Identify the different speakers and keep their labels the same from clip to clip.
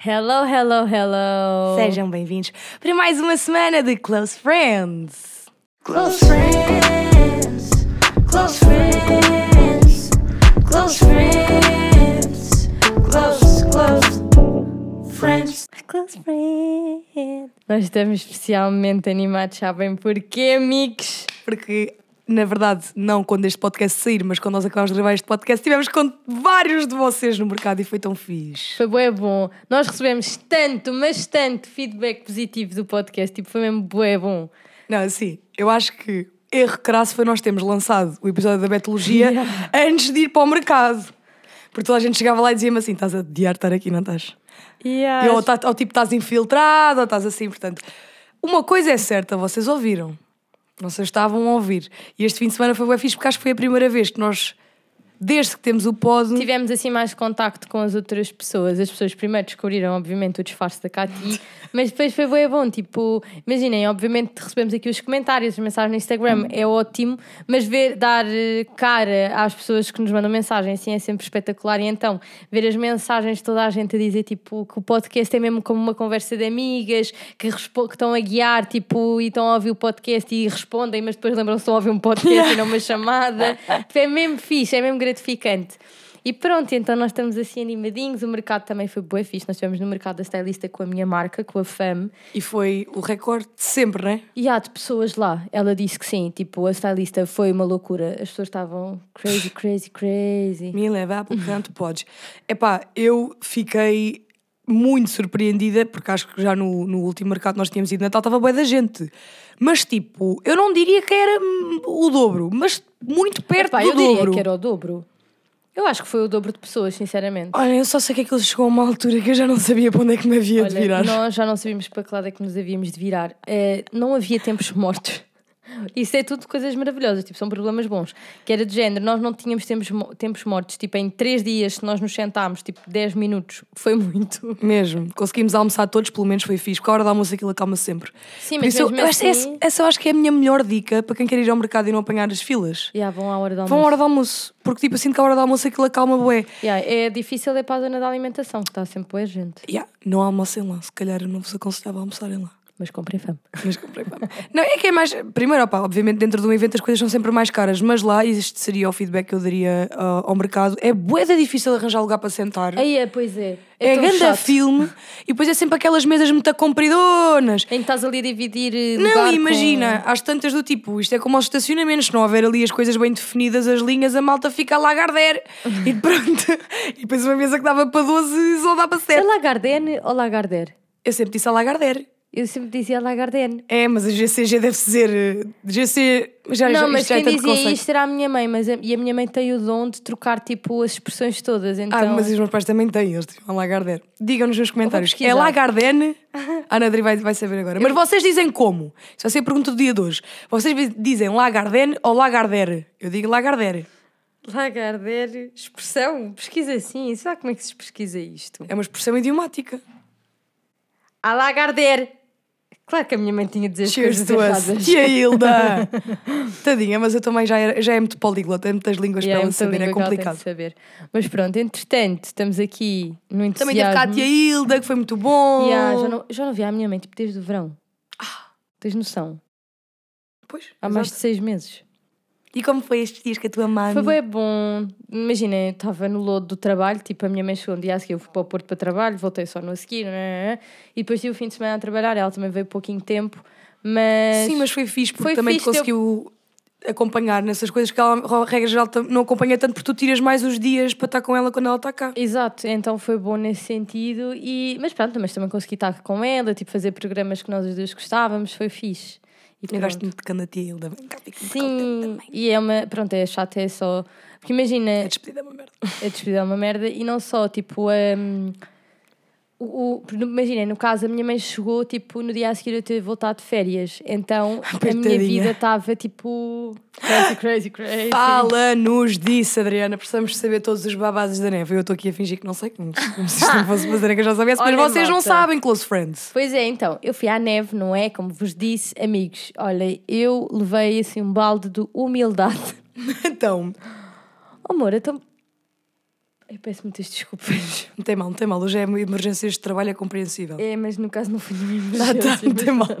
Speaker 1: Hello, hello, hello.
Speaker 2: Sejam bem-vindos para mais uma semana de Close Friends.
Speaker 3: Close friends, close friends, close friends, close, close friends.
Speaker 2: Close Friends.
Speaker 1: Nós estamos especialmente animados, sabem porquê, amigos?
Speaker 2: Porque, na verdade, não quando este podcast sair, mas quando nós acabámos de gravar este podcast, tivemos com vários de vocês no mercado e foi tão fixe.
Speaker 1: Foi bué bom. Nós recebemos tanto, mas tanto feedback positivo do podcast. Tipo, foi mesmo bué bom.
Speaker 2: Não, assim, eu acho que erro crasso foi nós termos lançado o episódio da Betologia
Speaker 1: Yeah.
Speaker 2: antes de ir para o mercado. Porque toda a gente chegava lá e dizia-me assim: estás a adiar estar aqui, não estás? E ou, tá- ou tipo estás infiltrado, ou estás assim, portanto. Uma coisa é certa, vocês ouviram. Vocês estavam a ouvir. E este fim de semana foi bem fixe, porque acho que foi a primeira vez que nós, desde que temos o pod,
Speaker 1: Tivemos assim mais contacto com as outras pessoas. As pessoas primeiro descobriram, obviamente, o disfarce da Cati, mas depois foi bué bom. Tipo, imaginem, obviamente recebemos aqui os comentários, as mensagens no Instagram, é ótimo, mas ver, dar eh, cara às pessoas que nos mandam mensagem assim é sempre espetacular. E então, ver as mensagens de toda a gente a dizer tipo, que o podcast é mesmo como uma conversa de amigas, que, respo- que estão a guiar tipo, e estão a ouvir o podcast e respondem, mas depois lembram-se de ouvir um podcast e não uma chamada. Tipo, é mesmo fixe, é mesmo gratificante. E pronto, então nós estamos assim animadinhos. O mercado também foi bué fixe. Nós estivemos no mercado da stylista com a minha marca, com a FAM.
Speaker 2: e foi o recorde de sempre, né?
Speaker 1: E há de pessoas lá. Ela disse que sim. Tipo, a stylista foi uma loucura. As pessoas estavam crazy, crazy, crazy.
Speaker 2: Me leva para o canto, podes. Epá, eu fiquei muito surpreendida, porque acho que já no, no último mercado nós tínhamos ido de Natal, estava bem da gente. Mas tipo, eu não diria que era hum, o dobro, mas muito perto
Speaker 1: Pá,
Speaker 2: do
Speaker 1: eu
Speaker 2: dobro.
Speaker 1: diria que era o dobro. Eu acho que foi o dobro de pessoas, sinceramente.
Speaker 2: Olha, eu só sei que aquilo chegou a uma altura que eu já não sabia para onde é que me havia de
Speaker 1: Olha,
Speaker 2: virar.
Speaker 1: nós já não sabíamos para que lado é que nos havíamos de virar. Eh, não havia tempos mortos. Isso é tudo coisas maravilhosas, tipo, são problemas bons. Que era de género, nós não tínhamos tempos, mo- tempos mortos, tipo, em 3 dias, se nós nos sentámos, tipo, 10 minutos, foi muito.
Speaker 2: Mesmo, conseguimos almoçar todos, pelo menos foi fixe, porque a hora do almoço aquilo acalma sempre.
Speaker 1: Sim,
Speaker 2: Por
Speaker 1: mas
Speaker 2: isso, eu-
Speaker 1: mesmo
Speaker 2: essa,
Speaker 1: assim-
Speaker 2: essa- essa eu acho que é a minha melhor dica para quem quer ir ao mercado e não apanhar as filas.
Speaker 1: Yeah, vão à hora do
Speaker 2: Vão à
Speaker 1: almoço.
Speaker 2: hora do almoço, porque tipo, eu sinto que a hora do almoço aquilo acalma bué.
Speaker 1: Yeah, é difícil é para a zona da alimentação, que está sempre boa gente,
Speaker 2: Yeah, não almocem lá, se calhar eu não vos aconselhava a almoçarem lá.
Speaker 1: mas comprem fama.
Speaker 2: Mas comprei pá. Não, é que é mais. Primeiro, opá, obviamente, dentro de um evento as coisas são sempre mais caras, mas lá, e este seria o feedback que eu daria ah, ao mercado, é bué da difícil arranjar lugar para sentar.
Speaker 1: Aí é, pois é.
Speaker 2: É,
Speaker 1: tão
Speaker 2: grande
Speaker 1: chato.
Speaker 2: filme e depois é sempre aquelas mesas muito compridonas.
Speaker 1: Em que estás ali a dividir. eh, lugar
Speaker 2: Não,
Speaker 1: com-
Speaker 2: imagina, às tantas do tipo, isto é como aos estacionamentos, se não houver ali as coisas bem definidas, as linhas, a malta fica lá a lagarder e pronto. E depois uma mesa que dava para 12 só dá para
Speaker 1: É
Speaker 2: 7.
Speaker 1: Lagardene ou Lagarder?
Speaker 2: Eu sempre disse a lagarder.
Speaker 1: Eu sempre dizia Lagardene.
Speaker 2: É, mas a GCG deve ser. eh, GC. Já, já,
Speaker 1: Não, mas
Speaker 2: isto já é
Speaker 1: quem
Speaker 2: tanto
Speaker 1: dizia
Speaker 2: conceito.
Speaker 1: isto era a minha mãe, mas a- e a minha mãe tem o dom de trocar tipo as expressões todas, então.
Speaker 2: Ah, mas os meus pais também têm, eles tinham a Lagardère. Digam-nos nos comentários.
Speaker 1: pesquisar.
Speaker 2: É Lagardère? A Ana Dri vai, vai saber agora. Mas vocês dizem como? Isso vai ser a pergunta do dia de hoje. Vocês vi- dizem Lagardère ou Lagardère? Eu digo Lagardère.
Speaker 1: Lagarder, expressão? Pesquisa assim, sabe como é que se pesquisa isto?
Speaker 2: É uma expressão idiomática.
Speaker 1: A Lagarder! Claro que a minha mãe tinha de dizer as
Speaker 2: Cheers
Speaker 1: coisas
Speaker 2: to us.
Speaker 1: erradas.
Speaker 2: Tia Hilda! Tadinha, mas eu também já, era- já é muito poliglota, é muitas línguas
Speaker 1: E
Speaker 2: para
Speaker 1: é
Speaker 2: ela
Speaker 1: muita
Speaker 2: saber,
Speaker 1: língua
Speaker 2: é
Speaker 1: que ela tem de
Speaker 2: complicado.
Speaker 1: saber. Mas pronto, entretanto, estamos aqui no entusiasmo.
Speaker 2: Também teve cá a Tia Hilda, que foi muito bom.
Speaker 1: Yeah, já, não, já não vi a minha mãe tipo, desde o verão. Tens noção?
Speaker 2: Pois,
Speaker 1: Há mais de
Speaker 2: Ah. exato.
Speaker 1: seis meses.
Speaker 2: E como foi estes dias que a tua mãe.
Speaker 1: Foi bem bom. Imagina, eu estava no lodo do trabalho, tipo, a minha mãe chegou um dia a seguir, eu fui para o Porto para trabalho, voltei só no a seguir, né? e depois tive o fim de semana a trabalhar, ela também veio pouquinho tempo, mas...
Speaker 2: Sim, mas foi fixe, porque
Speaker 1: Foi
Speaker 2: também te
Speaker 1: fixe,
Speaker 2: conseguiu acompanhar nessas coisas que ela, regra geral, tam- não acompanha tanto, porque tu tiras mais os dias para estar com ela quando ela está cá.
Speaker 1: Exato, então foi bom nesse sentido, e... mas pronto, mas também consegui estar com ela, tipo, fazer programas que nós os dois gostávamos, foi fixe. E
Speaker 2: Eu gosto
Speaker 1: pronto.
Speaker 2: muito de quando a tia Hilda vem cá, fico muito contente
Speaker 1: Sim,
Speaker 2: também.
Speaker 1: e é uma... Pronto, é chato, é só... Porque imagina,
Speaker 2: A despedida é uma merda.
Speaker 1: a despedida é uma merda e não só, tipo, hum, o, o- imaginem, no caso, a minha mãe chegou, tipo, no dia a seguir eu ter voltado de férias, então a minha
Speaker 2: Coitadinha.
Speaker 1: vida estava, tipo, crazy, crazy, crazy.
Speaker 2: Fala-nos disso, Adriana. Precisamos saber todos os babados da neve. Eu estou aqui a fingir que não sei, como como se isto não fosse uma cena que eu já soubesse, mas
Speaker 1: Olha,
Speaker 2: vocês não
Speaker 1: malta.
Speaker 2: sabem, close friends.
Speaker 1: Pois é, então, eu fui à neve, não é? Como vos disse, amigos, olha, eu levei, assim, um balde de humildade.
Speaker 2: Então,
Speaker 1: Oh, amor, então... Eu peço muitas desculpas.
Speaker 2: Não tem mal, não tem mal. Hoje é emergências de trabalho, é compreensível.
Speaker 1: É, mas no caso não foi nenhuma
Speaker 2: Ah, tá,
Speaker 1: emergência.
Speaker 2: não tem mal.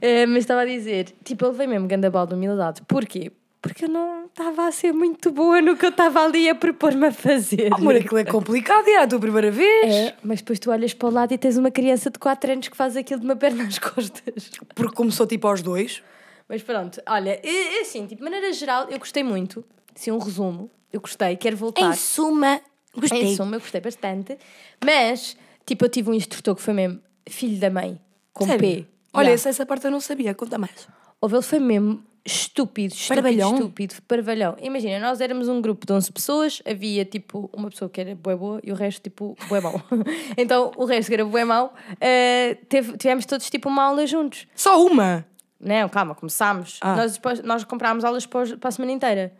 Speaker 1: É, mas estava a dizer, tipo, eu levei mesmo ganda balde de humildade. Porquê? Porque eu não estava a ser muito boa no que eu estava ali a propor-me a fazer.
Speaker 2: Oh, Amor, aquilo é complicado e era a tua primeira vez.
Speaker 1: É, mas depois tu olhas para o lado e tens uma criança de 4 anos que faz aquilo de uma perna às costas.
Speaker 2: Porque começou tipo aos dois.
Speaker 1: Mas pronto, olha, é é assim, tipo, de maneira geral, eu gostei muito. Sim, um resumo. Eu gostei, quero voltar.
Speaker 2: suma,
Speaker 1: Em suma, eu gostei bastante. Mas, tipo, eu tive um instrutor que foi mesmo filho da mãe, com P.
Speaker 2: Olha,
Speaker 1: Yeah.
Speaker 2: essa, essa parte eu não sabia, conta mais.
Speaker 1: Houve, ele foi mesmo estúpido, estúpido,
Speaker 2: Parvalhão?
Speaker 1: estúpido, parvalhão. Imagina, nós éramos um grupo de 11 pessoas, havia tipo uma pessoa que era bué boa e o resto tipo bué mau. então o resto que era bué mau, eh, teve- tivemos todos tipo uma aula juntos.
Speaker 2: Só uma?
Speaker 1: Não, calma, começámos.
Speaker 2: Ah.
Speaker 1: Nós, depois- nós comprámos aulas para, os- para a semana inteira.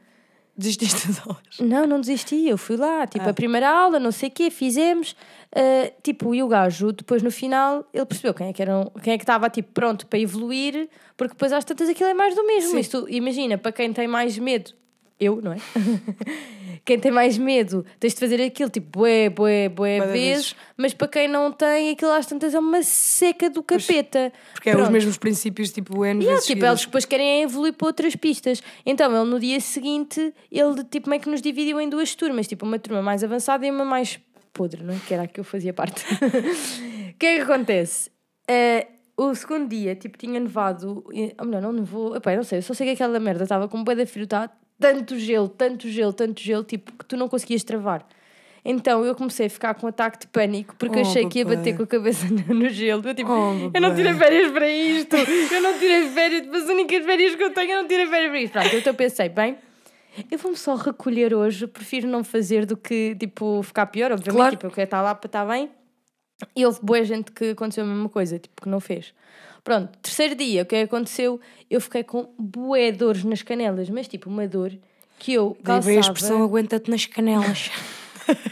Speaker 2: Desististe das aulas.
Speaker 1: Não, não desisti, eu fui lá, tipo, a
Speaker 2: Ah.
Speaker 1: primeira aula, não sei o quê, fizemos, ah, tipo, e o gajo, depois no final, ele percebeu quem é que eram, quem é que estava, tipo, pronto para evoluir, porque depois às tantas aquilo é mais do mesmo,
Speaker 2: Sim.
Speaker 1: isto, imagina, para quem tem mais medo, eu, não é? quem tem mais medo, tens de fazer aquilo, tipo, bué, bué, bué
Speaker 2: Bué de
Speaker 1: vezes,
Speaker 2: vezes.
Speaker 1: mas para quem não tem, aquilo às tantas é uma seca do capeta.
Speaker 2: Porque é um eram os
Speaker 1: Pronto.
Speaker 2: mesmos princípios, tipo N
Speaker 1: E eles,
Speaker 2: vezes
Speaker 1: tipo,
Speaker 2: seguidas.
Speaker 1: eles depois querem evoluir para outras pistas. Então, ele no dia seguinte, ele tipo, meio que nos dividiu em duas turmas, tipo, uma turma mais avançada e uma mais podre, não é? Que era a que eu fazia parte. O que é que acontece? Eh, o segundo dia, tipo, tinha nevado, e- ou melhor, não nevou, epá, eu não sei, eu só sei que aquela merda estava com um bué de frio, estava tanto gelo, tanto gelo, tanto gelo, tipo, que tu não conseguias travar. Então eu comecei a ficar com um ataque de pânico porque eu
Speaker 2: Oh,
Speaker 1: achei que ia
Speaker 2: papai.
Speaker 1: bater com a cabeça no, no gelo. Eu, tipo,
Speaker 2: Oh,
Speaker 1: eu não
Speaker 2: papai.
Speaker 1: tirei férias para isto, eu não tirei férias, tipo, as únicas férias que eu tenho, eu não tirei férias para isto. Pronto, então eu pensei, bem, eu vou-me só recolher hoje, prefiro não fazer do que, tipo, ficar pior, obviamente,
Speaker 2: Claro.
Speaker 1: tipo, eu quero estar lá para estar bem. E houve boa gente que aconteceu a mesma coisa, tipo, que não fez. Pronto, terceiro dia, o que é que aconteceu? Eu fiquei com bué dores nas canelas, mas tipo, uma dor que eu
Speaker 2: Daí
Speaker 1: calçava...
Speaker 2: veio a expressão aguenta-te nas canelas.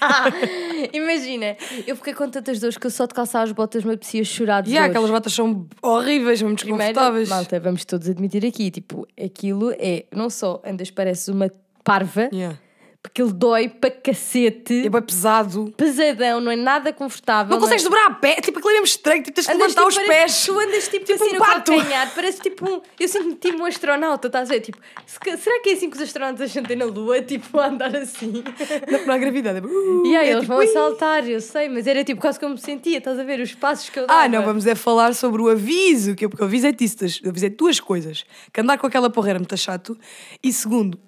Speaker 1: Ah, imagina, eu fiquei com tantas dores que eu só de calçar as botas me apetecia chorar de
Speaker 2: e há
Speaker 1: dores.
Speaker 2: aquelas botas são horríveis, mesmo
Speaker 1: Primeiro,
Speaker 2: desconfortáveis.
Speaker 1: malta, vamos todos admitir aqui, tipo, aquilo é, não só andas pareces uma parva,
Speaker 2: Yeah.
Speaker 1: porque ele dói para cacete,
Speaker 2: E é bem pesado.
Speaker 1: pesadão, não é nada confortável.
Speaker 2: Não consegues
Speaker 1: é-
Speaker 2: dobrar a pé, tipo, aquilo é mesmo estranho, tipo, tens de
Speaker 1: Andas,
Speaker 2: levantar
Speaker 1: tipo,
Speaker 2: os
Speaker 1: parece-
Speaker 2: pés.
Speaker 1: Tu andas tipo,
Speaker 2: Tipo
Speaker 1: assim
Speaker 2: um
Speaker 1: no
Speaker 2: pato.
Speaker 1: calcanhar, parece tipo um. Eu sinto-me tipo um astronauta, estás a ver? Tipo, se ca- será que é assim que os astronautas sentem na Lua? Tipo, a andar assim.
Speaker 2: Não, não há gravidade. é tipo, uh,
Speaker 1: E aí
Speaker 2: é
Speaker 1: eles
Speaker 2: tipo,
Speaker 1: vão
Speaker 2: ui.
Speaker 1: saltar, eu sei, mas era tipo quase como me sentia, estás a ver? Os passos que eu dava.
Speaker 2: Ah, não, vamos é falar sobre o aviso, que eu, porque eu avisei disso, eu avisei duas coisas. Que andar com aquela porreira me tá chato. E segundo,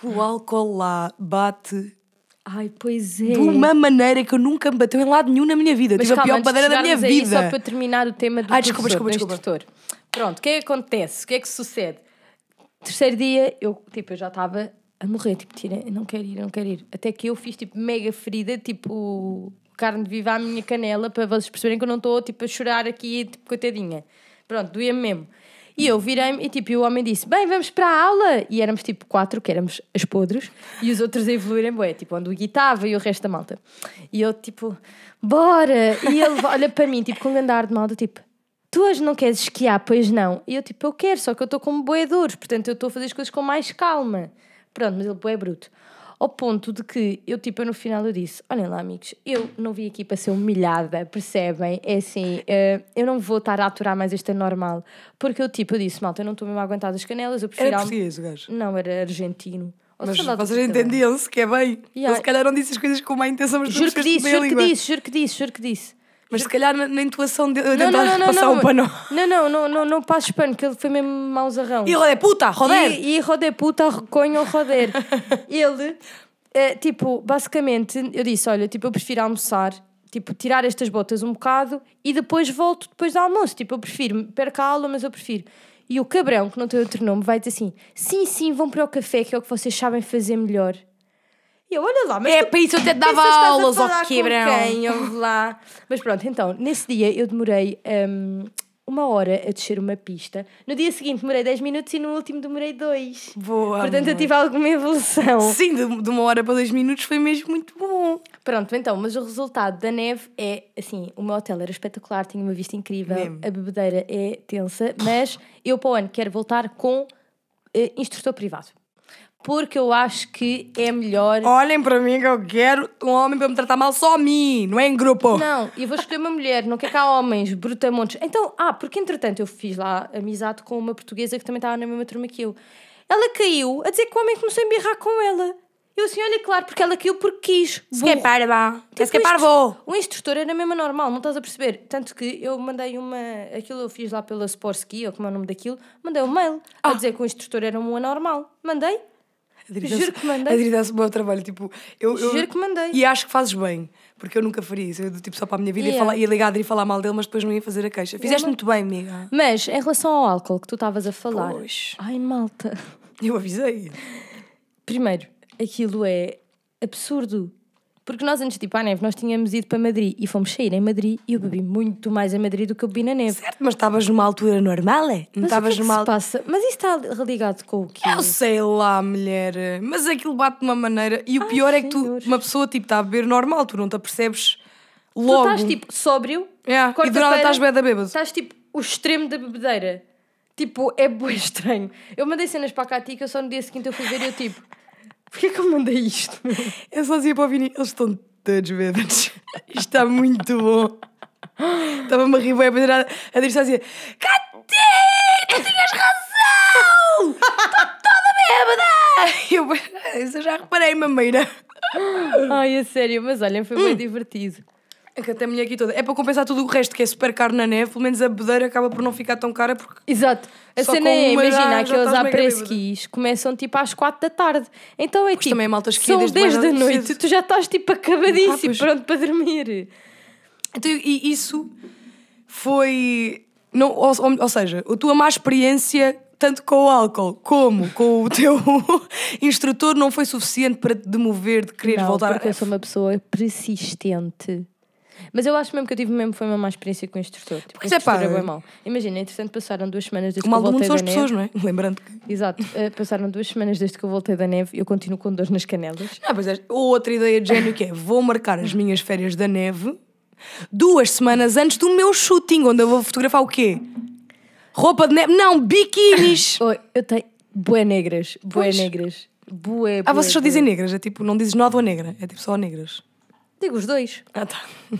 Speaker 2: que o álcool lá bate
Speaker 1: Ai, pois é.
Speaker 2: de uma maneira que eu nunca me bateu em lado nenhum na minha vida.
Speaker 1: Mas
Speaker 2: Tive a
Speaker 1: calma,
Speaker 2: pior
Speaker 1: antes de
Speaker 2: madeira da minha
Speaker 1: chegarmos aí, Só para eu
Speaker 2: vida.
Speaker 1: terminar o tema do
Speaker 2: Ai, desculpa,
Speaker 1: professor, do
Speaker 2: desculpa,
Speaker 1: instrutor. Pronto, o que é que acontece? O que é que sucede? Terceiro dia, eu, tipo, eu já estava a morrer, tipo, tira, eu não quero ir, eu não quero ir. Até que eu fiz, tipo, mega ferida, tipo, carne de viva à minha canela, para vocês perceberem que eu não estou, tipo, a chorar aqui, tipo, coitadinha. Pronto, doía-me mesmo. E eu virei-me e, tipo, e o homem disse, bem, vamos para a aula. E éramos, tipo, quatro, que éramos as podres, e os outros a evoluírem, bué, tipo, onde o Gui estava e o resto da malta. E eu, tipo, bora! E ele olha para mim, tipo, com um grande ar de malta, tipo, Tu hoje não queres esquiar, pois não? E eu tipo, eu quero, só que eu estou com boedores, portanto eu estou a fazer as coisas com mais calma. Pronto, mas ele boé bruto. Ao ponto de que eu tipo, eu no final eu disse, olhem lá amigos, eu não vim aqui para ser humilhada, percebem? É assim, eh, eu não vou estar a aturar mais esta normal. Porque eu tipo, eu disse, malta, eu não estou mesmo a aguentar as canelas, eu prefiro...
Speaker 2: Era
Speaker 1: al-
Speaker 2: português o gajo.
Speaker 1: Não, era argentino. um Ou
Speaker 2: Mas
Speaker 1: sei lá do que
Speaker 2: vocês
Speaker 1: aquilo era.
Speaker 2: entendiam-se que é bem.
Speaker 1: Yeah.
Speaker 2: Eu se calhar não disse as coisas com má intenção, mas tu
Speaker 1: Juro que
Speaker 2: percebeste
Speaker 1: disse,
Speaker 2: bem a
Speaker 1: juro que
Speaker 2: língua.
Speaker 1: disse, juro que disse, juro que disse.
Speaker 2: Mas se calhar na, na intuação dele, eu tentar passar o pano.
Speaker 1: Não, não, não, não, não passes pano, que ele foi mesmo mauzarrão.
Speaker 2: E olha, puta, roder!
Speaker 1: E, e roder puta, reconho roder. Ele, eh, tipo, basicamente, eu disse: olha, tipo, eu prefiro almoçar, tipo, tirar estas botas um bocado e depois volto depois do almoço. Tipo, eu prefiro, perca a aula, mas eu prefiro. E o cabrão, que não tem outro nome, vai dizer assim: sim, sim, vão para o café, que é o que vocês sabem fazer melhor. E eu, olha lá, mas
Speaker 2: É
Speaker 1: tu
Speaker 2: para isso eu até te dava
Speaker 1: Pensas, estás a
Speaker 2: aulas, ó
Speaker 1: falar com
Speaker 2: quebrão.
Speaker 1: quem? Ouve lá. Mas pronto, então, nesse dia eu demorei hum, uma hora a descer uma pista. No dia seguinte demorei 10 minutos e no último demorei 2.
Speaker 2: Boa,
Speaker 1: Portanto, eu
Speaker 2: amor.
Speaker 1: tive alguma evolução.
Speaker 2: Sim, de, de uma hora para dois minutos foi mesmo muito bom.
Speaker 1: Pronto, então, mas o resultado da neve é assim: o meu hotel era espetacular, tinha uma vista incrível,
Speaker 2: Mesmo.
Speaker 1: a bebedeira é tensa, mas eu para o ano quero voltar com eh, instrutor privado. porque eu acho que é melhor.
Speaker 2: Olhem para mim que eu quero um homem para me tratar mal só a mim, não é em grupo.
Speaker 1: Não, eu vou escolher uma mulher, não quer que há homens, brutamontes. Então, ah, porque entretanto eu fiz lá amizade com uma portuguesa que também estava na mesma turma que eu. Ela caiu a dizer que o homem começou a embirrar com ela. Eu assim, olha, claro, porque ela caiu porque quis.
Speaker 2: Se
Speaker 1: burro.
Speaker 2: parva.
Speaker 1: Tipo,
Speaker 2: Se que
Speaker 1: o instru-
Speaker 2: parvo.
Speaker 1: O instrutor era mesmo normal, não estás a perceber. Tanto que eu mandei uma. Aquilo eu fiz lá pela Sporski, ou como é o nome daquilo, mandei um mail
Speaker 2: Ah.
Speaker 1: a dizer que o instrutor era um anormal. Mandei. Juro que mandei.
Speaker 2: A Adrida o meu trabalho, tipo, eu, eu-
Speaker 1: Juro que mandei.
Speaker 2: E acho que fazes bem, porque eu nunca faria isso. Eu, do tipo, só para a minha vida
Speaker 1: Yeah.
Speaker 2: e falar, ia ligar a Adri e falar mal dele, mas depois não ia fazer a queixa. Fizeste muito bem, amiga.
Speaker 1: Mas em relação ao álcool que tu estavas a falar.
Speaker 2: Pois.
Speaker 1: Ai, malta.
Speaker 2: Eu avisei.
Speaker 1: Primeiro, aquilo é absurdo. Porque nós antes de ir para a neve, nós tínhamos ido para Madrid e fomos sair em Madrid e eu bebi muito mais em Madrid do que eu bebi na neve.
Speaker 2: Certo, mas estavas numa altura normal, é? Não
Speaker 1: Mas o que é
Speaker 2: estavas
Speaker 1: que
Speaker 2: numa
Speaker 1: se passa? Mas isso está ligado com o quê?
Speaker 2: Eu sei lá, mulher, mas aquilo bate de uma maneira. E o pior é que tu,
Speaker 1: senhores.
Speaker 2: uma pessoa tipo, está a beber normal, tu não te apercebes
Speaker 1: Tu
Speaker 2: logo.
Speaker 1: estás tipo sóbrio,
Speaker 2: Yeah, E do nada
Speaker 1: quarta-feira,
Speaker 2: estás bem da bêbado.
Speaker 1: Estás tipo o extremo da bebedeira. Tipo, é bué estranho. Eu mandei cenas para a Cati que eu só no dia seguinte eu fui ver e eu tipo, porquê que eu mandei isto?
Speaker 2: Eu só dizia para o Vini, eles estão todos bêbados. Isto está muito bom. Estava-me a rir bem, a Adri está a dizer: Cati, tu tinhas razão! Estou toda bêbada! Eu, isso eu já reparei, mameira.
Speaker 1: Ai, é sério, mas olhem, foi bem divertido.
Speaker 2: É que até a mulher aqui toda. É para compensar tudo o resto que é super caro na neve, pelo menos a bebedeira acaba por não ficar tão cara porque
Speaker 1: Exato. A
Speaker 2: Só
Speaker 1: cena
Speaker 2: com
Speaker 1: é,
Speaker 2: uma já- já
Speaker 1: imagina, aqueles
Speaker 2: estás mega
Speaker 1: apresquis começam tipo às 4 da tarde. Então é tipo,
Speaker 2: também a malta esquia
Speaker 1: são
Speaker 2: desde
Speaker 1: 10
Speaker 2: mais
Speaker 1: da
Speaker 2: cedo.
Speaker 1: noite, tu já estás tipo
Speaker 2: Ah,
Speaker 1: acabadíssimo,
Speaker 2: pois.
Speaker 1: pronto para dormir.
Speaker 2: Então, e isso foi. Não, ou, ou- ou seja, a tua má experiência, tanto com o álcool como com o teu instrutor, não foi suficiente para te demover de querer
Speaker 1: Não,
Speaker 2: voltar
Speaker 1: porque eu sou uma pessoa persistente. Mas eu acho mesmo que eu tive mesmo foi uma má experiência com o instrutor. Tipo,
Speaker 2: Porque,
Speaker 1: o instrutor
Speaker 2: repara-
Speaker 1: é bem mau. Imagina, entretanto passaram duas semanas desde
Speaker 2: O mal
Speaker 1: que
Speaker 2: do
Speaker 1: eu
Speaker 2: mundo
Speaker 1: voltei
Speaker 2: são as
Speaker 1: da
Speaker 2: pessoas,
Speaker 1: neve.
Speaker 2: não é? Lembrando que.
Speaker 1: Exato, eh, passaram duas semanas desde que eu voltei da neve e eu continuo com dor nas canelas.
Speaker 2: Ah, pois é. Ou outra ideia de gênio que é: vou marcar as minhas férias da neve duas semanas antes do meu shooting, onde eu vou fotografar o quê? Roupa de neve? Não, biquinis!
Speaker 1: Oi, eu tenho bué negras, bué
Speaker 2: Pois.
Speaker 1: negras. Bué,
Speaker 2: ah,
Speaker 1: bué,
Speaker 2: vocês só
Speaker 1: bué.
Speaker 2: dizem negras, é tipo, não dizes nódoa negra, é tipo só negras.
Speaker 1: Digo os dois.
Speaker 2: Ah, tá.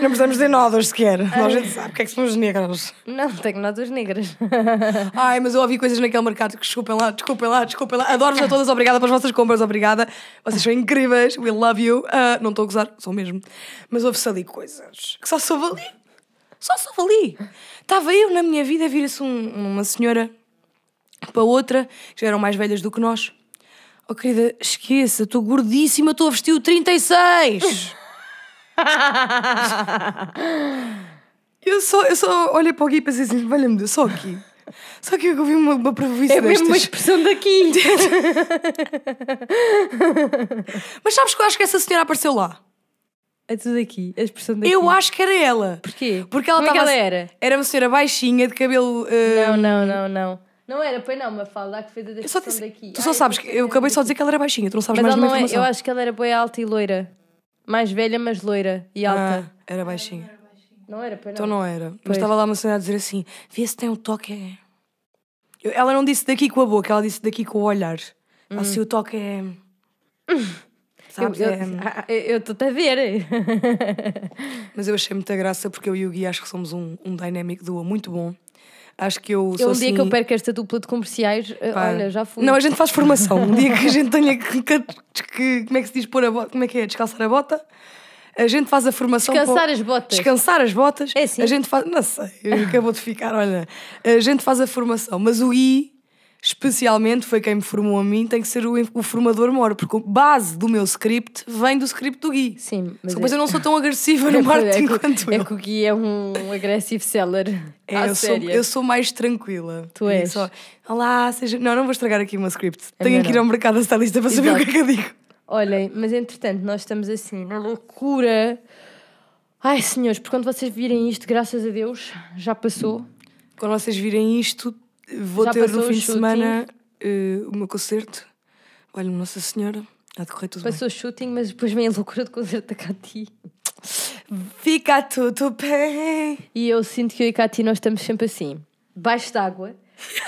Speaker 2: Não precisamos de nódoas sequer. Nós já sabe o que é que somos negros.
Speaker 1: Não, tenho notas negras.
Speaker 2: Ai, mas eu ouvi coisas naquele mercado que desculpem lá, desculpem lá, desculpem lá. Adoro-vos a todas, obrigada pelas vossas compras, obrigada. Vocês são incríveis, we love you. Ah, não estou a gozar, sou mesmo. Mas houve-se ali coisas que só soube ali. Só soube ali. Estava eu na minha vida, vira-se um- uma senhora para outra, que já eram mais velhas do que nós. Oh querida, esqueça, estou gordíssima, estou a vestir o 36. Eu só, eu só olhei para o Gui e pensei assim, valha-me Deus, só aqui. Só que eu vi uma, uma previsão
Speaker 1: É mesmo uma
Speaker 2: destas.
Speaker 1: expressão daqui.
Speaker 2: Mas sabes que eu acho que essa senhora apareceu lá?
Speaker 1: É tudo aqui, a expressão daqui.
Speaker 2: Eu acho que era ela.
Speaker 1: Porquê?
Speaker 2: Porque ela assim-
Speaker 1: Como é que
Speaker 2: estava.
Speaker 1: ela era?
Speaker 2: Era uma senhora baixinha, de cabelo. eh,
Speaker 1: Não, não, não, não. Não era, pois não, Mafalda, há que fez a
Speaker 2: eu só
Speaker 1: descrição
Speaker 2: disse-
Speaker 1: daqui.
Speaker 2: Tu só
Speaker 1: Ai, é
Speaker 2: sabes que eu acabei só de dizer que ela era baixinha, tu não sabes mais
Speaker 1: ela
Speaker 2: nenhuma
Speaker 1: não é, eu
Speaker 2: informação.
Speaker 1: acho que ela era bem alta e loira. Mais velha, mas loira e alta.
Speaker 2: Ah, era baixinha.
Speaker 1: Não era, pois
Speaker 2: Então
Speaker 1: não.
Speaker 2: não era. Mas
Speaker 1: tá. Pois.
Speaker 2: estava lá uma senhora a dizer assim: vê se tem um toque. é." Eu- ela não disse daqui com a boca, ela disse daqui com o olhar. Ela disse o toque é.
Speaker 1: Hum. Eu-
Speaker 2: Sabes?
Speaker 1: eu-
Speaker 2: é-
Speaker 1: ah, Eu eu estou-te a ver.
Speaker 2: Mas eu achei muita graça porque eu e o Gui acho que somos um, um dynamic duo muito bom. Acho que eu
Speaker 1: Eu,
Speaker 2: sou
Speaker 1: um
Speaker 2: assim,
Speaker 1: dia que eu perco esta dupla de comerciais, eh,
Speaker 2: pá.
Speaker 1: olha, já fui.
Speaker 2: Não, a gente faz formação. Um dia que a gente tenha que, que- que- Como é que se diz pôr a bota? Como é que é? Descalçar a bota? A gente faz a formação.
Speaker 1: Descansar
Speaker 2: para-
Speaker 1: as botas.
Speaker 2: Descansar as botas.
Speaker 1: É assim?
Speaker 2: A gente faz. Não sei, acabou de ficar, olha. A gente faz a formação, mas o Gui. Especialmente foi quem me formou a mim, tem que ser o, in- o formador moro, porque a base do meu script vem do script do Gui.
Speaker 1: Sim, mas
Speaker 2: mas depois
Speaker 1: é-
Speaker 2: eu não sou tão agressiva no
Speaker 1: É que-
Speaker 2: marketing
Speaker 1: é que-
Speaker 2: quanto
Speaker 1: é
Speaker 2: ele.
Speaker 1: que o Gui é um agressive seller.
Speaker 2: É,
Speaker 1: à
Speaker 2: eu, sou,
Speaker 1: séria.
Speaker 2: eu sou mais tranquila.
Speaker 1: Tu
Speaker 2: Eu
Speaker 1: és.
Speaker 2: só, Olá, seja. Não, não vou estragar aqui uma script.
Speaker 1: É
Speaker 2: Tenho
Speaker 1: melhor
Speaker 2: que ir ao mercado da stylista para saber o que é que eu digo.
Speaker 1: Olhem, mas entretanto, nós estamos assim, na loucura. Ai, senhores, porque quando vocês virem isto, graças a Deus, já passou.
Speaker 2: Quando vocês virem isto, vou
Speaker 1: Já
Speaker 2: ter
Speaker 1: passou
Speaker 2: no
Speaker 1: o
Speaker 2: fim de
Speaker 1: shooting?
Speaker 2: semana eh, o meu concerto. Olha, Nossa Senhora, há de correr tudo
Speaker 1: Passou o shooting, mas depois vem a loucura de concerto da Cati.
Speaker 2: bem. Fica tudo bem.
Speaker 1: E eu sinto que eu e a Cati nós estamos sempre assim, baixo d'água,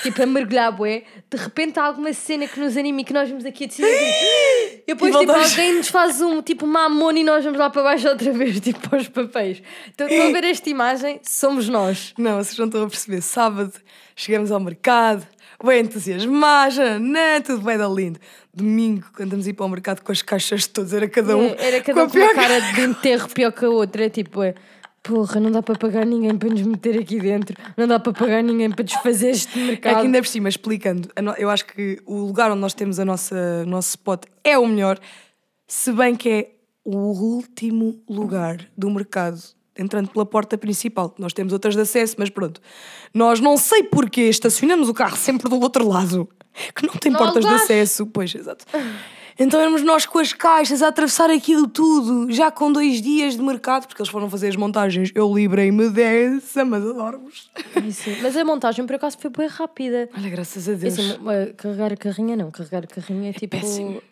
Speaker 1: tipo a mergulhar, bué, de repente há alguma cena que nos anime e que nós vimos aqui a decidir. E depois,
Speaker 2: E
Speaker 1: tipo,
Speaker 2: voltamos.
Speaker 1: alguém nos faz um, tipo, uma amona e nós vamos lá para baixo outra vez, tipo, aos papéis. Então, estão a ver esta imagem? Somos nós.
Speaker 2: Não, vocês não estão a perceber. Sábado, chegamos ao mercado, bem entusiasmados, né? tudo bem da lindo. Domingo, quando estamos a ir para o mercado com as caixas todas, era cada um.
Speaker 1: Era
Speaker 2: com
Speaker 1: cada
Speaker 2: a
Speaker 1: um com uma
Speaker 2: pior
Speaker 1: cara de enterro pior que a outra, tipo, é, porra, não dá para pagar ninguém para nos meter aqui dentro, não dá para pagar ninguém para desfazer este
Speaker 2: É
Speaker 1: mercado.
Speaker 2: que ainda por cima, explicando, a no- eu acho que o lugar onde nós temos a nossa, o nosso spot é o melhor, se bem que é o último lugar do mercado, entrando pela porta principal. Nós temos outras de acesso, mas pronto. Nós não sei porquê estacionamos o carro sempre do outro lado, que não tem
Speaker 1: Não há
Speaker 2: portas de
Speaker 1: lugar.
Speaker 2: acesso. Pois, exato. Então éramos nós com as caixas a atravessar aquilo tudo, já com dois dias de mercado, porque eles foram fazer as montagens. Eu livrei-me dessa, mas adoro-vos.
Speaker 1: Isso. Mas a montagem, por acaso, foi bem rápida.
Speaker 2: Olha, graças a
Speaker 1: É
Speaker 2: Deus.
Speaker 1: assim, uh, carregar a carrinha não, carregar a carrinha é tipo.
Speaker 2: péssimo.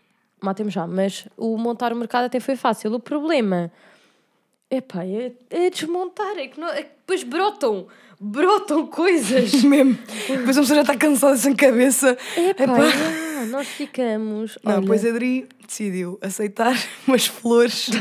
Speaker 1: Matemos já, mas o montar o mercado até foi fácil. O problema epá, é, é desmontar, é que, não- é que depois brotam, brotam coisas.
Speaker 2: mesmo. Depois a pessoa já está cansada sem cabeça.
Speaker 1: Epá,
Speaker 2: Epá.
Speaker 1: é, nós ficamos.
Speaker 2: Não,
Speaker 1: olha,
Speaker 2: pois a Adri decidiu aceitar umas flores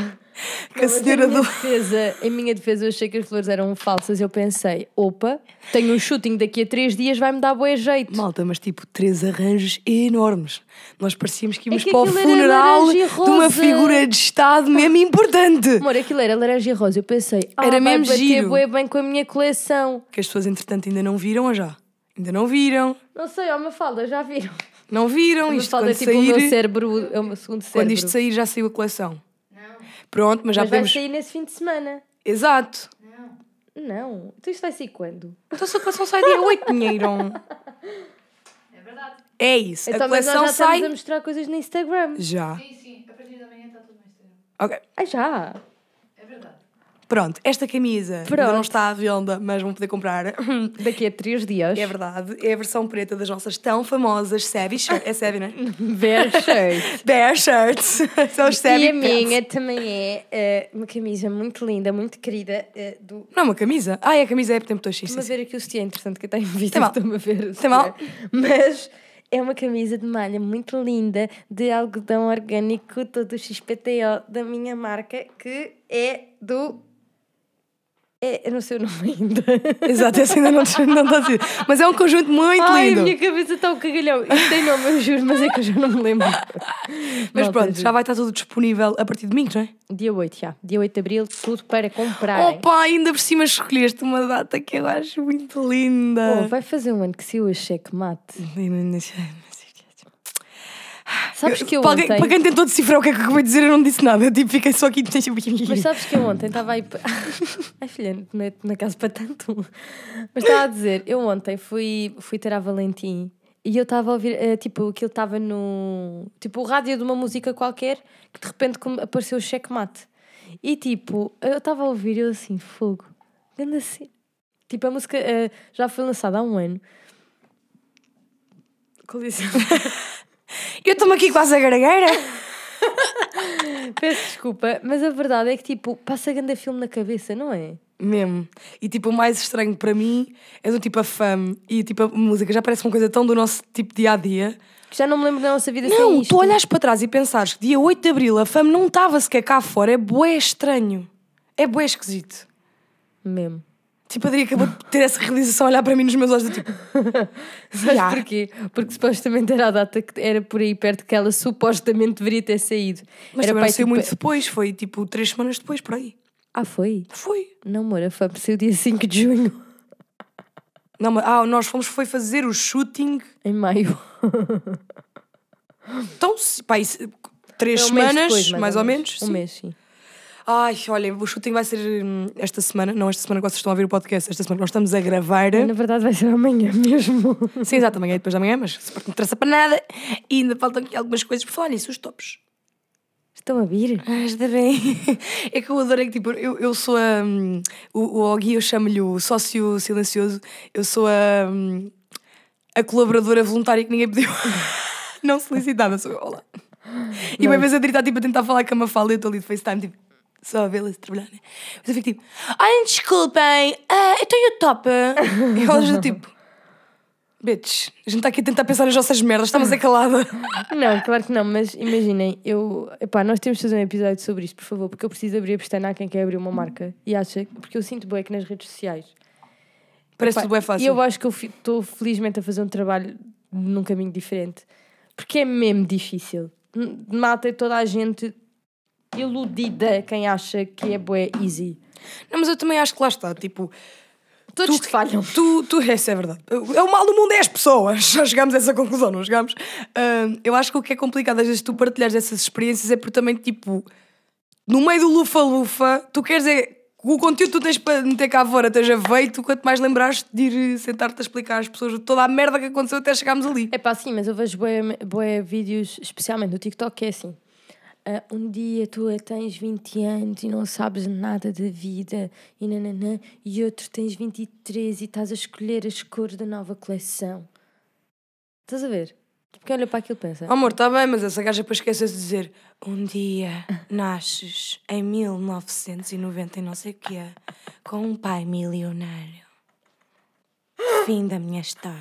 Speaker 2: que a
Speaker 1: Mas
Speaker 2: senhora
Speaker 1: em minha,
Speaker 2: do.
Speaker 1: defesa, em minha defesa, eu achei que as flores eram falsas. Eu pensei, opa, tenho um shooting daqui a três dias, vai-me dar boa jeito.
Speaker 2: Malta, mas tipo, três arranjos enormes. Nós parecíamos que íamos
Speaker 1: É que
Speaker 2: para o
Speaker 1: aquilo era
Speaker 2: funeral
Speaker 1: laranja
Speaker 2: de
Speaker 1: e
Speaker 2: uma
Speaker 1: rosa.
Speaker 2: figura de Estado mesmo importante.
Speaker 1: Amor, aquilo era laranja e rosa. Eu pensei, ah,
Speaker 2: Era
Speaker 1: vai
Speaker 2: mesmo
Speaker 1: bater
Speaker 2: giro.
Speaker 1: bué bem com a minha coleção.
Speaker 2: Que as pessoas, entretanto, ainda não viram ou já? Ainda não viram,
Speaker 1: Não sei, ó, uma falda, já viram?
Speaker 2: não viram.
Speaker 1: Uma
Speaker 2: Isto
Speaker 1: falda
Speaker 2: quando
Speaker 1: é tipo o meu
Speaker 2: sair.
Speaker 1: cérebro, é o meu segundo cérebro.
Speaker 2: Quando isto sair, já saiu a coleção. Pronto, mas já
Speaker 1: Mas vai
Speaker 2: podemos.
Speaker 1: sair nesse fim de semana.
Speaker 2: Exato.
Speaker 1: Não. Então isto vai sair quando?
Speaker 2: Então se a coleção sai dia 8, dinheiro. É verdade. É isso. a
Speaker 1: Então, mas nós
Speaker 2: coleção
Speaker 1: já
Speaker 2: sai.
Speaker 1: estamos a mostrar coisas no Instagram.
Speaker 2: Já.
Speaker 4: Sim, sim, a partir da manhã está tudo no Instagram.
Speaker 2: Ok.
Speaker 1: Ah, já.
Speaker 4: É verdade.
Speaker 2: Pronto, esta camisa ainda
Speaker 1: Pronto.
Speaker 2: não está à venda, mas vão poder comprar.
Speaker 1: Daqui a três dias.
Speaker 2: É verdade. É a versão preta das nossas tão famosas Savvy Shirts. É Savvy, não é?
Speaker 1: Ver shirt.
Speaker 2: Bear Shirts. São os Savvy
Speaker 1: E a
Speaker 2: Pants.
Speaker 1: minha também é eh, uma camisa muito linda, muito querida. eh, do...
Speaker 2: Não, é uma camisa. Ah, é a camisa é por tempo todo xixi.
Speaker 1: Estou-me a ver aqui o sutiã, entretanto, que eu tenho visto.
Speaker 2: Tem mal.
Speaker 1: Estou-me a ver. o
Speaker 2: Tem mal.
Speaker 1: sutiã. Mas é uma camisa de malha muito linda, de algodão orgânico, todo XPTO, da minha marca, que é do. É, eu não sei o nome ainda.
Speaker 2: Exato, essa ainda não está não está assim. Mas é um conjunto muito
Speaker 1: Ai, a
Speaker 2: lindo.
Speaker 1: minha cabeça está um cagalhão. Isto tem nome, eu juro, mas é que eu já não me lembro.
Speaker 2: Mas
Speaker 1: Malta,
Speaker 2: pronto,
Speaker 1: juro.
Speaker 2: já vai estar tudo disponível a partir de domingo, não é?
Speaker 1: Dia 8, já. Dia 8 de abril, tudo para comprarem.
Speaker 2: Opa, ainda por cima escolheste uma data que eu acho muito linda.
Speaker 1: Oh, vai fazer um ano que se eu achei que mate. Sabes que eu
Speaker 2: para, quem,
Speaker 1: ontem.
Speaker 2: para quem tentou decifrar o que é que eu acabei de dizer, eu não disse nada. Tipo, fiquei só aqui.
Speaker 1: Mas sabes que eu ontem estava aí. pa- Ai, filha, não é, não é caso para tanto. Mas estava a dizer, eu ontem fui, fui ter a Valentim e eu estava a ouvir, eh, tipo, aquilo estava no. Tipo, o rádio de uma música qualquer que de repente come- apareceu o checkmate. E tipo, eu estava a ouvir e eu assim, fogo, grande assim. Tipo, a música eh, já foi lançada há um ano. Com licença.
Speaker 2: Eu estou-me aqui quase a garagaira.
Speaker 1: Peço desculpa, mas a verdade é que tipo, passa grande filme na cabeça, não é?
Speaker 2: Mesmo. E tipo, o mais estranho para mim é do tipo a fama e tipo a música. Já parece uma coisa tão do nosso tipo dia a dia.
Speaker 1: Que já não me lembro da nossa vida sem
Speaker 2: Não,
Speaker 1: isto.
Speaker 2: tu olhas para trás e pensares que dia 8 de abril a fama não estava sequer cá fora. É bué estranho. É bué esquisito.
Speaker 1: Mesmo.
Speaker 2: Tipo, a Adri acabou de ter essa realização, olhar para mim nos meus olhos, do tipo.
Speaker 1: Sabes
Speaker 2: Já.
Speaker 1: porquê? Porque supostamente era a data que era por aí perto que ela supostamente deveria ter saído. era
Speaker 2: Mas também
Speaker 1: para
Speaker 2: não
Speaker 1: aí,
Speaker 2: saiu
Speaker 1: tipo-
Speaker 2: muito depois, foi tipo três semanas depois, por aí.
Speaker 1: Ah, foi?
Speaker 2: Foi.
Speaker 1: Não, Moura, foi apareceu dia 5 de junho,
Speaker 2: Não, mas, ah, nós fomos foi fazer o shooting.
Speaker 1: em maio.
Speaker 2: Então, se- pá, isso- três
Speaker 1: É um mês
Speaker 2: semanas,
Speaker 1: depois,
Speaker 2: mais, ou menos.
Speaker 1: Um
Speaker 2: sim.
Speaker 1: mês, sim.
Speaker 2: Ai, olha, o shooting vai ser hum, esta semana, não esta semana que vocês estão a ouvir o podcast, esta semana que nós estamos a gravar.
Speaker 1: Na verdade vai ser amanhã mesmo.
Speaker 2: Sim, exato, amanhã e depois da manhã, mas se não interessa para nada. E ainda faltam aqui algumas coisas por falar nisso, os tops.
Speaker 1: Estão a vir?
Speaker 2: Ah, está bem. É que eu adoro, é que tipo, eu, eu sou a. hum, o, o Ogui, eu chamo-lhe o sócio silencioso, eu sou a. hum, a colaboradora voluntária que ninguém pediu. não solicitada, sou eu. Olá. E uma vez a Adri está tipo, a tentar falar com a Mafalda, eu estou ali de FaceTime, tipo, só a vê-la trabalhar, né? Mas eu fico tipo, olhem, desculpem, ah, eu tenho o top. E elas do tipo, Bitch, a gente está aqui a tentar pensar nas nossas merdas, estamos a calada.
Speaker 1: Não, claro que não, mas imaginem, eu. Epá, nós temos de fazer um episódio sobre isto, por favor, porque eu preciso abrir a pestana a quem quer abrir uma marca. E acha. Porque eu sinto bem que nas redes sociais.
Speaker 2: Parece
Speaker 1: Epá,
Speaker 2: tudo bem fácil.
Speaker 1: E eu acho que eu estou felizmente a fazer um trabalho num caminho diferente. Porque é mesmo difícil. N- Mata toda a gente iludida quem acha que é bué easy.
Speaker 2: Não, mas eu também acho que lá está, tipo,
Speaker 1: Todos te falham.
Speaker 2: Tu, tu, essa é verdade. É o mal do mundo é as pessoas. Já chegámos a essa conclusão, não chegámos? Hum, eu acho que o que é complicado às vezes tu partilhares essas experiências é porque também, tipo, no meio do lufa-lufa, tu queres é que o conteúdo que tu tens para meter cá fora esteja feito, quanto mais lembrares de ir sentar-te a explicar às pessoas toda a merda que aconteceu até chegarmos ali.
Speaker 1: É pá, sim, mas eu vejo boé vídeos, especialmente no TikTok, que é assim. ah, um dia tu tens 20 anos e não sabes nada da vida e nananã, e outro tens 23 e estás a escolher as cores da nova coleção. Estás a ver? Tipo, Quem olha para aquilo pensa.
Speaker 2: Oh, amor, está bem, mas essa gaja depois esquece-se de dizer um dia nasces em 1990 e não sei o que é, com um pai milionário. Fim da minha história.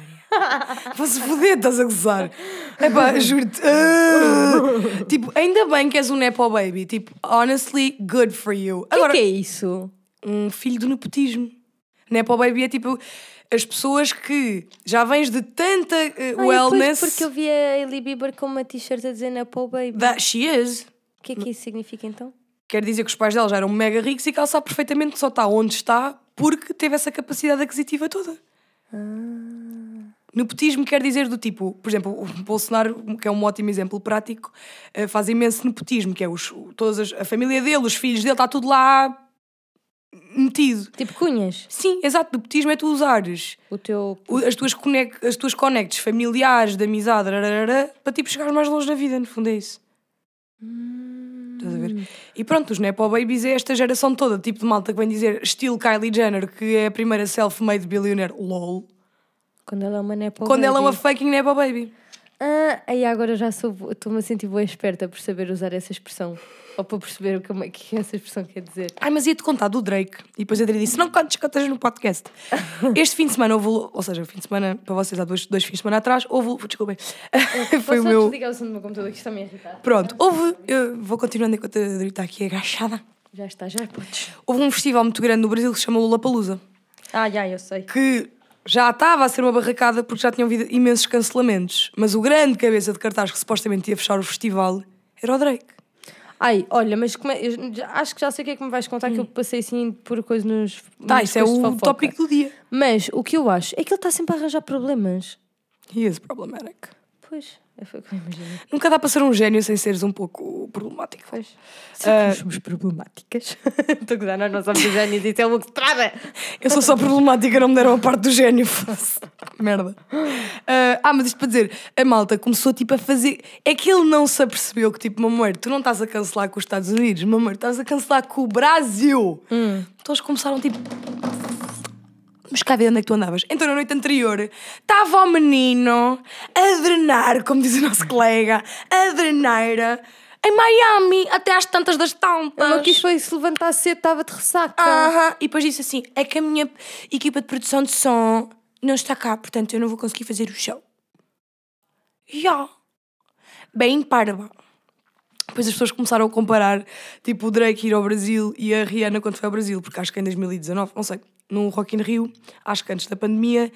Speaker 2: Vou-se foder, estás a gozar. Epá, juro-te. Ah! tipo, ainda bem que és um Nepo Baby. Tipo, honestly, good for you.
Speaker 1: O que é que é isso?
Speaker 2: um filho do nepotismo. Nepo Baby é tipo as pessoas que já vens de tanta eh,
Speaker 1: Ah, e depois
Speaker 2: wellness.
Speaker 1: Porque eu vi a Hailey Bieber com uma t-shirt a dizer Apple Baby.
Speaker 2: That she is.
Speaker 1: O que é que isso significa então?
Speaker 2: Quer dizer que os pais dela já eram mega ricos e que ela sabe perfeitamente que só está onde está porque teve essa capacidade aquisitiva toda. Nepotismo quer dizer do tipo, por exemplo, o Bolsonaro, que é um ótimo exemplo prático, eh, faz imenso nepotismo, que é os, todas as- a família dele, os filhos dele, está tudo lá metido.
Speaker 1: Tipo cunhas.
Speaker 2: Sim, exato, nepotismo é tu usares
Speaker 1: O teu.
Speaker 2: o- as tuas, conec- as tuas connects familiares, de amizade, rararara, para tipo chegares mais longe na vida, no fundo é isso. Estás a ver? E pronto, os Nepo Babies é esta geração toda, tipo de malta que vem dizer estilo Kylie Jenner, que é a primeira self-made billionaire, lol,
Speaker 1: Quando ela é uma Apple
Speaker 2: quando ela é uma
Speaker 1: Baby.
Speaker 2: fucking Nepo Baby.
Speaker 1: Ah, aí agora já sou. bo- Estou-me a sentir boa esperta por saber usar essa expressão. Ou para perceber o que, o que essa expressão quer dizer.
Speaker 2: Ai, mas ia-te contar do Drake. E depois a Adri disse: Não contes que eu esteja no podcast. Este fim de semana houve. Ou seja, o fim de semana, para vocês há dois, dois fins de semana atrás, houve. Desculpem. Foi
Speaker 1: Posso
Speaker 2: o meu.
Speaker 1: desligar o som do meu computador que isto está-me a irritar?
Speaker 2: Pronto, houve. Eu vou continuando enquanto a Adri está aqui agachada.
Speaker 1: Já está, já é podes.
Speaker 2: Houve um festival muito grande no Brasil que se chama Lollapalooza,
Speaker 1: Ah, já, eu sei.
Speaker 2: que já estava a ser uma barracada porque já tinham havido imensos cancelamentos. Mas o grande cabeça de cartaz que supostamente ia fechar o festival era o Drake.
Speaker 1: Ai, olha, mas como é- eu já- acho que já sei o que é que me vais contar que eu passei assim por coisas nos.
Speaker 2: Hum. Tá,
Speaker 1: nos
Speaker 2: isso é
Speaker 1: coisas de
Speaker 2: o
Speaker 1: fofoca.
Speaker 2: tópico do dia.
Speaker 1: Mas o que eu acho é que ele está sempre a arranjar problemas.
Speaker 2: He is problematic.
Speaker 1: Pois, é foi o que eu imaginei.
Speaker 2: Nunca dá para ser um gênio sem seres um pouco problemático. Ah,
Speaker 1: Pois. Será que nós somos problemáticas? Estou a gozar, nós não somos gênios, isso é uma estrada.
Speaker 2: Eu sou só problemática, não me deram a parte do gênio. Foda-se. Merda. Ah, ah, mas isto para dizer, a malta começou tipo a fazer. É que ele não se apercebeu que, tipo, mamãe, tu não estás a cancelar com os Estados Unidos, mamãe, estás a cancelar com o Brasil.
Speaker 1: Hum.
Speaker 2: Então eles começaram tipo. Mas cá a ver onde é que tu andavas? Então, na noite anterior, estava o menino a drenar, como diz o nosso colega, a dreneira, em Miami, até às tantas das tantas.
Speaker 1: Não quis foi se levantar cedo, estava de ressaca.
Speaker 2: Aham. E depois disse assim: é que a minha equipa de produção de som não está cá, portanto eu não vou conseguir fazer o show. Já. Bem parva. Depois as pessoas começaram a comparar, tipo, o Drake ir ao Brasil e a Rihanna quando foi ao Brasil, porque acho que é em 2019, não sei, no Rock in Rio, acho que antes da pandemia,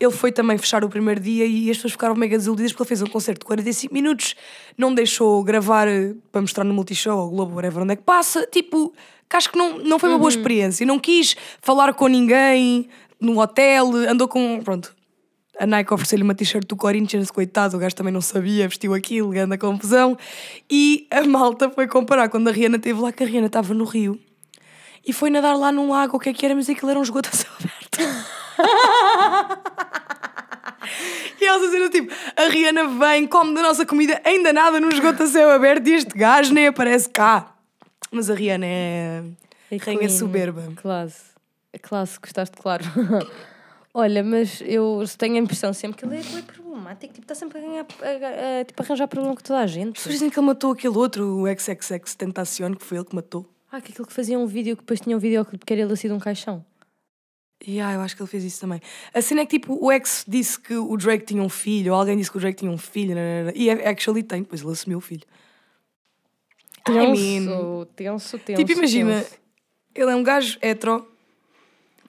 Speaker 2: ele foi também fechar o primeiro dia e as pessoas ficaram mega desiludidas porque ele fez um concerto de 45 minutos, não deixou gravar eh, para mostrar no Multishow ou Globo, whatever, onde é que passa, tipo, que acho que não, não foi uma boa experiência, não quis falar com ninguém no hotel, andou com, pronto, a Nike ofereceu-lhe uma t-shirt do Corinthians, coitado, o gajo também não sabia, vestiu aquilo, grande confusão. E a malta foi comparar quando a Rihanna esteve lá, que a Rihanna estava no Rio. E foi nadar lá num lago, o que é que era, mas aquilo era um esgoto a céu aberto. E elas diziam tipo, a Rihanna vem, come da nossa comida, ainda nada num esgoto a céu aberto e este gajo nem aparece cá. Mas a Rihanna é,
Speaker 1: É
Speaker 2: rainha
Speaker 1: queen.
Speaker 2: soberba.
Speaker 1: Classe. Classe, gostaste, claro. Olha, mas eu tenho a impressão sempre que ele é bué problemático. Tipo, está sempre a, ganhar, a- a- tipo, a arranjar problema com toda a
Speaker 2: As
Speaker 1: gente.
Speaker 2: pessoas dizem que ele matou aquele outro, o XXX Tentacion, que foi ele que matou.
Speaker 1: Ah, que aquilo que fazia um vídeo que depois tinha um videoclipe que era ele assim de um caixão.
Speaker 2: E ah, eu acho que ele fez isso também. A cena é que tipo, o ex disse que o Drake tinha um filho, ou alguém disse que o Drake tinha um filho, nananana, e a- actually tem, depois ele assumiu o filho. I mean-
Speaker 1: Tenso, tenso, tenso.
Speaker 2: Tipo, imagina,
Speaker 1: tenso.
Speaker 2: ele é um gajo hetero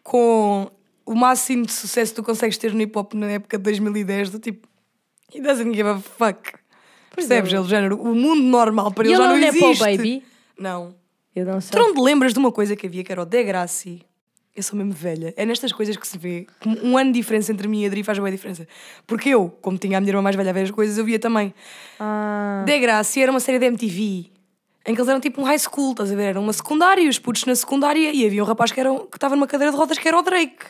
Speaker 2: com o máximo de sucesso que tu consegues ter no hip hop na época de 2010, do tipo, he doesn't give a fuck. Percebes? Ele, género, o mundo normal para
Speaker 1: é. E
Speaker 2: ele
Speaker 1: ele
Speaker 2: já não
Speaker 1: não é para o
Speaker 2: existe.
Speaker 1: baby?
Speaker 2: Não.
Speaker 1: Eu não sei.
Speaker 2: Tu não te lembras de uma coisa que havia que era o Degrassi? Eu sou mesmo velha. É nestas coisas que se vê. que Um ano de diferença entre mim e a Adri faz boa diferença. Porque eu, como tinha a minha irmã mais velha a ver as coisas, eu via também.
Speaker 1: Ah,
Speaker 2: Degrassi era uma série da MTV em que eles eram tipo um high school, estás a ver? Era uma secundária, e os putos na secundária e havia um rapaz que era um- que estava numa cadeira de rodas que era o Drake.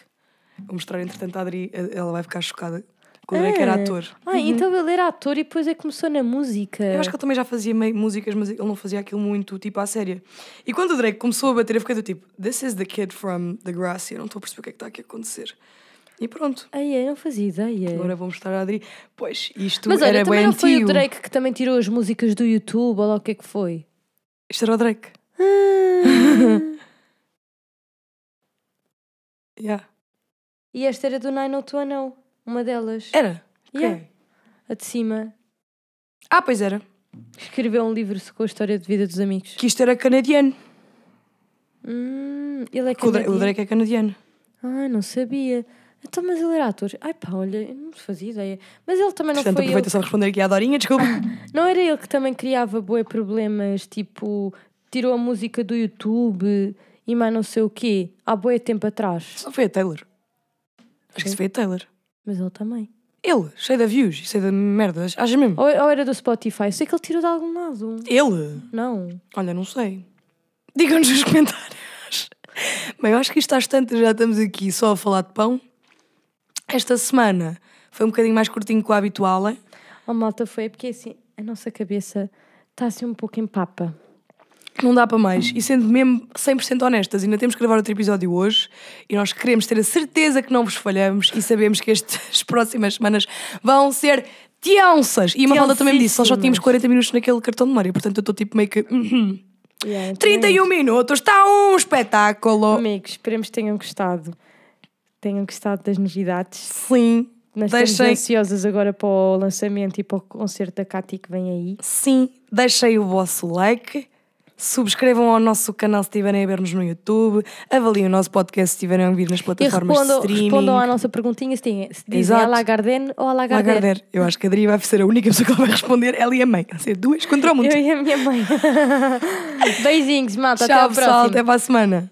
Speaker 2: Vou mostrar entretanto à Adri, a- ela vai ficar chocada. Que o Drake era ator. Uhum.
Speaker 1: ah então ele era ator e depois é que começou na música.
Speaker 2: Eu acho que ele também já fazia meio músicas, mas ele não fazia aquilo muito, tipo, à séria. E quando o Drake começou a bater, eu fiquei do tipo, this is the kid from The Grassy, eu não estou a perceber o que é que está aqui a acontecer. E pronto,
Speaker 1: Ai, eu não fazia ideia.
Speaker 2: agora vou mostrar à Adri. Pois, isto
Speaker 1: É. Mas
Speaker 2: era
Speaker 1: olha, também
Speaker 2: bem
Speaker 1: não foi o
Speaker 2: antigo.
Speaker 1: Drake que também tirou as músicas do YouTube, ou lá o que é que foi?
Speaker 2: Isto era o Drake.
Speaker 1: Ah,
Speaker 2: Yeah.
Speaker 1: e esta era do 902 não, Oh, uma delas.
Speaker 2: Era?
Speaker 1: Yeah,
Speaker 2: Ok.
Speaker 1: a de cima.
Speaker 2: Ah, pois era.
Speaker 1: Escreveu um livro com a história de vida dos amigos.
Speaker 2: Que isto era canadiano.
Speaker 1: Hum, ele é
Speaker 2: Que o Dra-
Speaker 1: canadiano.
Speaker 2: O Drake é canadiano.
Speaker 1: Ah, não sabia. Então, mas ele era ator. Ai pá, olha, eu não fazia ideia. Mas ele também não
Speaker 2: Portanto,
Speaker 1: foi.
Speaker 2: aproveita
Speaker 1: Ele...
Speaker 2: só a responder aqui à Dorinha, desculpa.
Speaker 1: Não era ele que também criava bué problemas, tipo, tirou a música do YouTube e mais não sei o quê, há bué tempo atrás.
Speaker 2: Só foi a Taylor. Acho que isso foi a Taylor.
Speaker 1: Mas ele também.
Speaker 2: Ele, cheio de views e cheio de merdas. Achas mesmo?
Speaker 1: Ou, ou era do Spotify, sei que ele tirou de algum lado.
Speaker 2: Ele.
Speaker 1: Não.
Speaker 2: Olha, não sei. Digam-nos nos comentários. Bem, eu acho que isto às tantas já estamos aqui só a falar de pão. Esta semana foi um bocadinho mais curtinho que o habitual, é?
Speaker 1: A Oh, malta foi, porque assim, a nossa cabeça está assim um pouco em papa.
Speaker 2: Não dá para mais. E sendo mesmo 100% honestas, ainda temos que gravar outro episódio hoje e nós queremos ter a certeza que não vos falhamos e sabemos que estas próximas semanas vão ser tianças. E a Mafalda também me disse, nós só tínhamos
Speaker 1: Tiancíssimas.
Speaker 2: 40 minutos naquele cartão de memória, portanto eu estou tipo meio que... "Uhum.
Speaker 1: Yeah, então é
Speaker 2: 31 minutos, está um espetáculo!
Speaker 1: Amigos, esperemos que tenham gostado. Tenham gostado das novidades.
Speaker 2: Sim,
Speaker 1: Nós estamos
Speaker 2: deixem,
Speaker 1: ansiosas agora para o lançamento e para o concerto da Cati que vem aí.
Speaker 2: sim, deixem o vosso like, subscrevam ao nosso canal se estiverem a ver-nos no YouTube, avaliem o nosso podcast se estiverem a ouvir nas
Speaker 1: E
Speaker 2: plataformas
Speaker 1: respondam,
Speaker 2: de streaming.
Speaker 1: respondam à nossa perguntinha se, têm, se dizem
Speaker 2: Exato.
Speaker 1: a Lagardene ou a Lagardère.
Speaker 2: Lagarder. Eu acho que a Adri vai ser a única pessoa que ela vai responder, ela e a mãe. Vai ser duas contra o mundo.
Speaker 1: Eu e a minha mãe. Beijinhos, malta. até
Speaker 2: Tchau,
Speaker 1: ao
Speaker 2: pessoal.
Speaker 1: próximo.
Speaker 2: Até para a semana.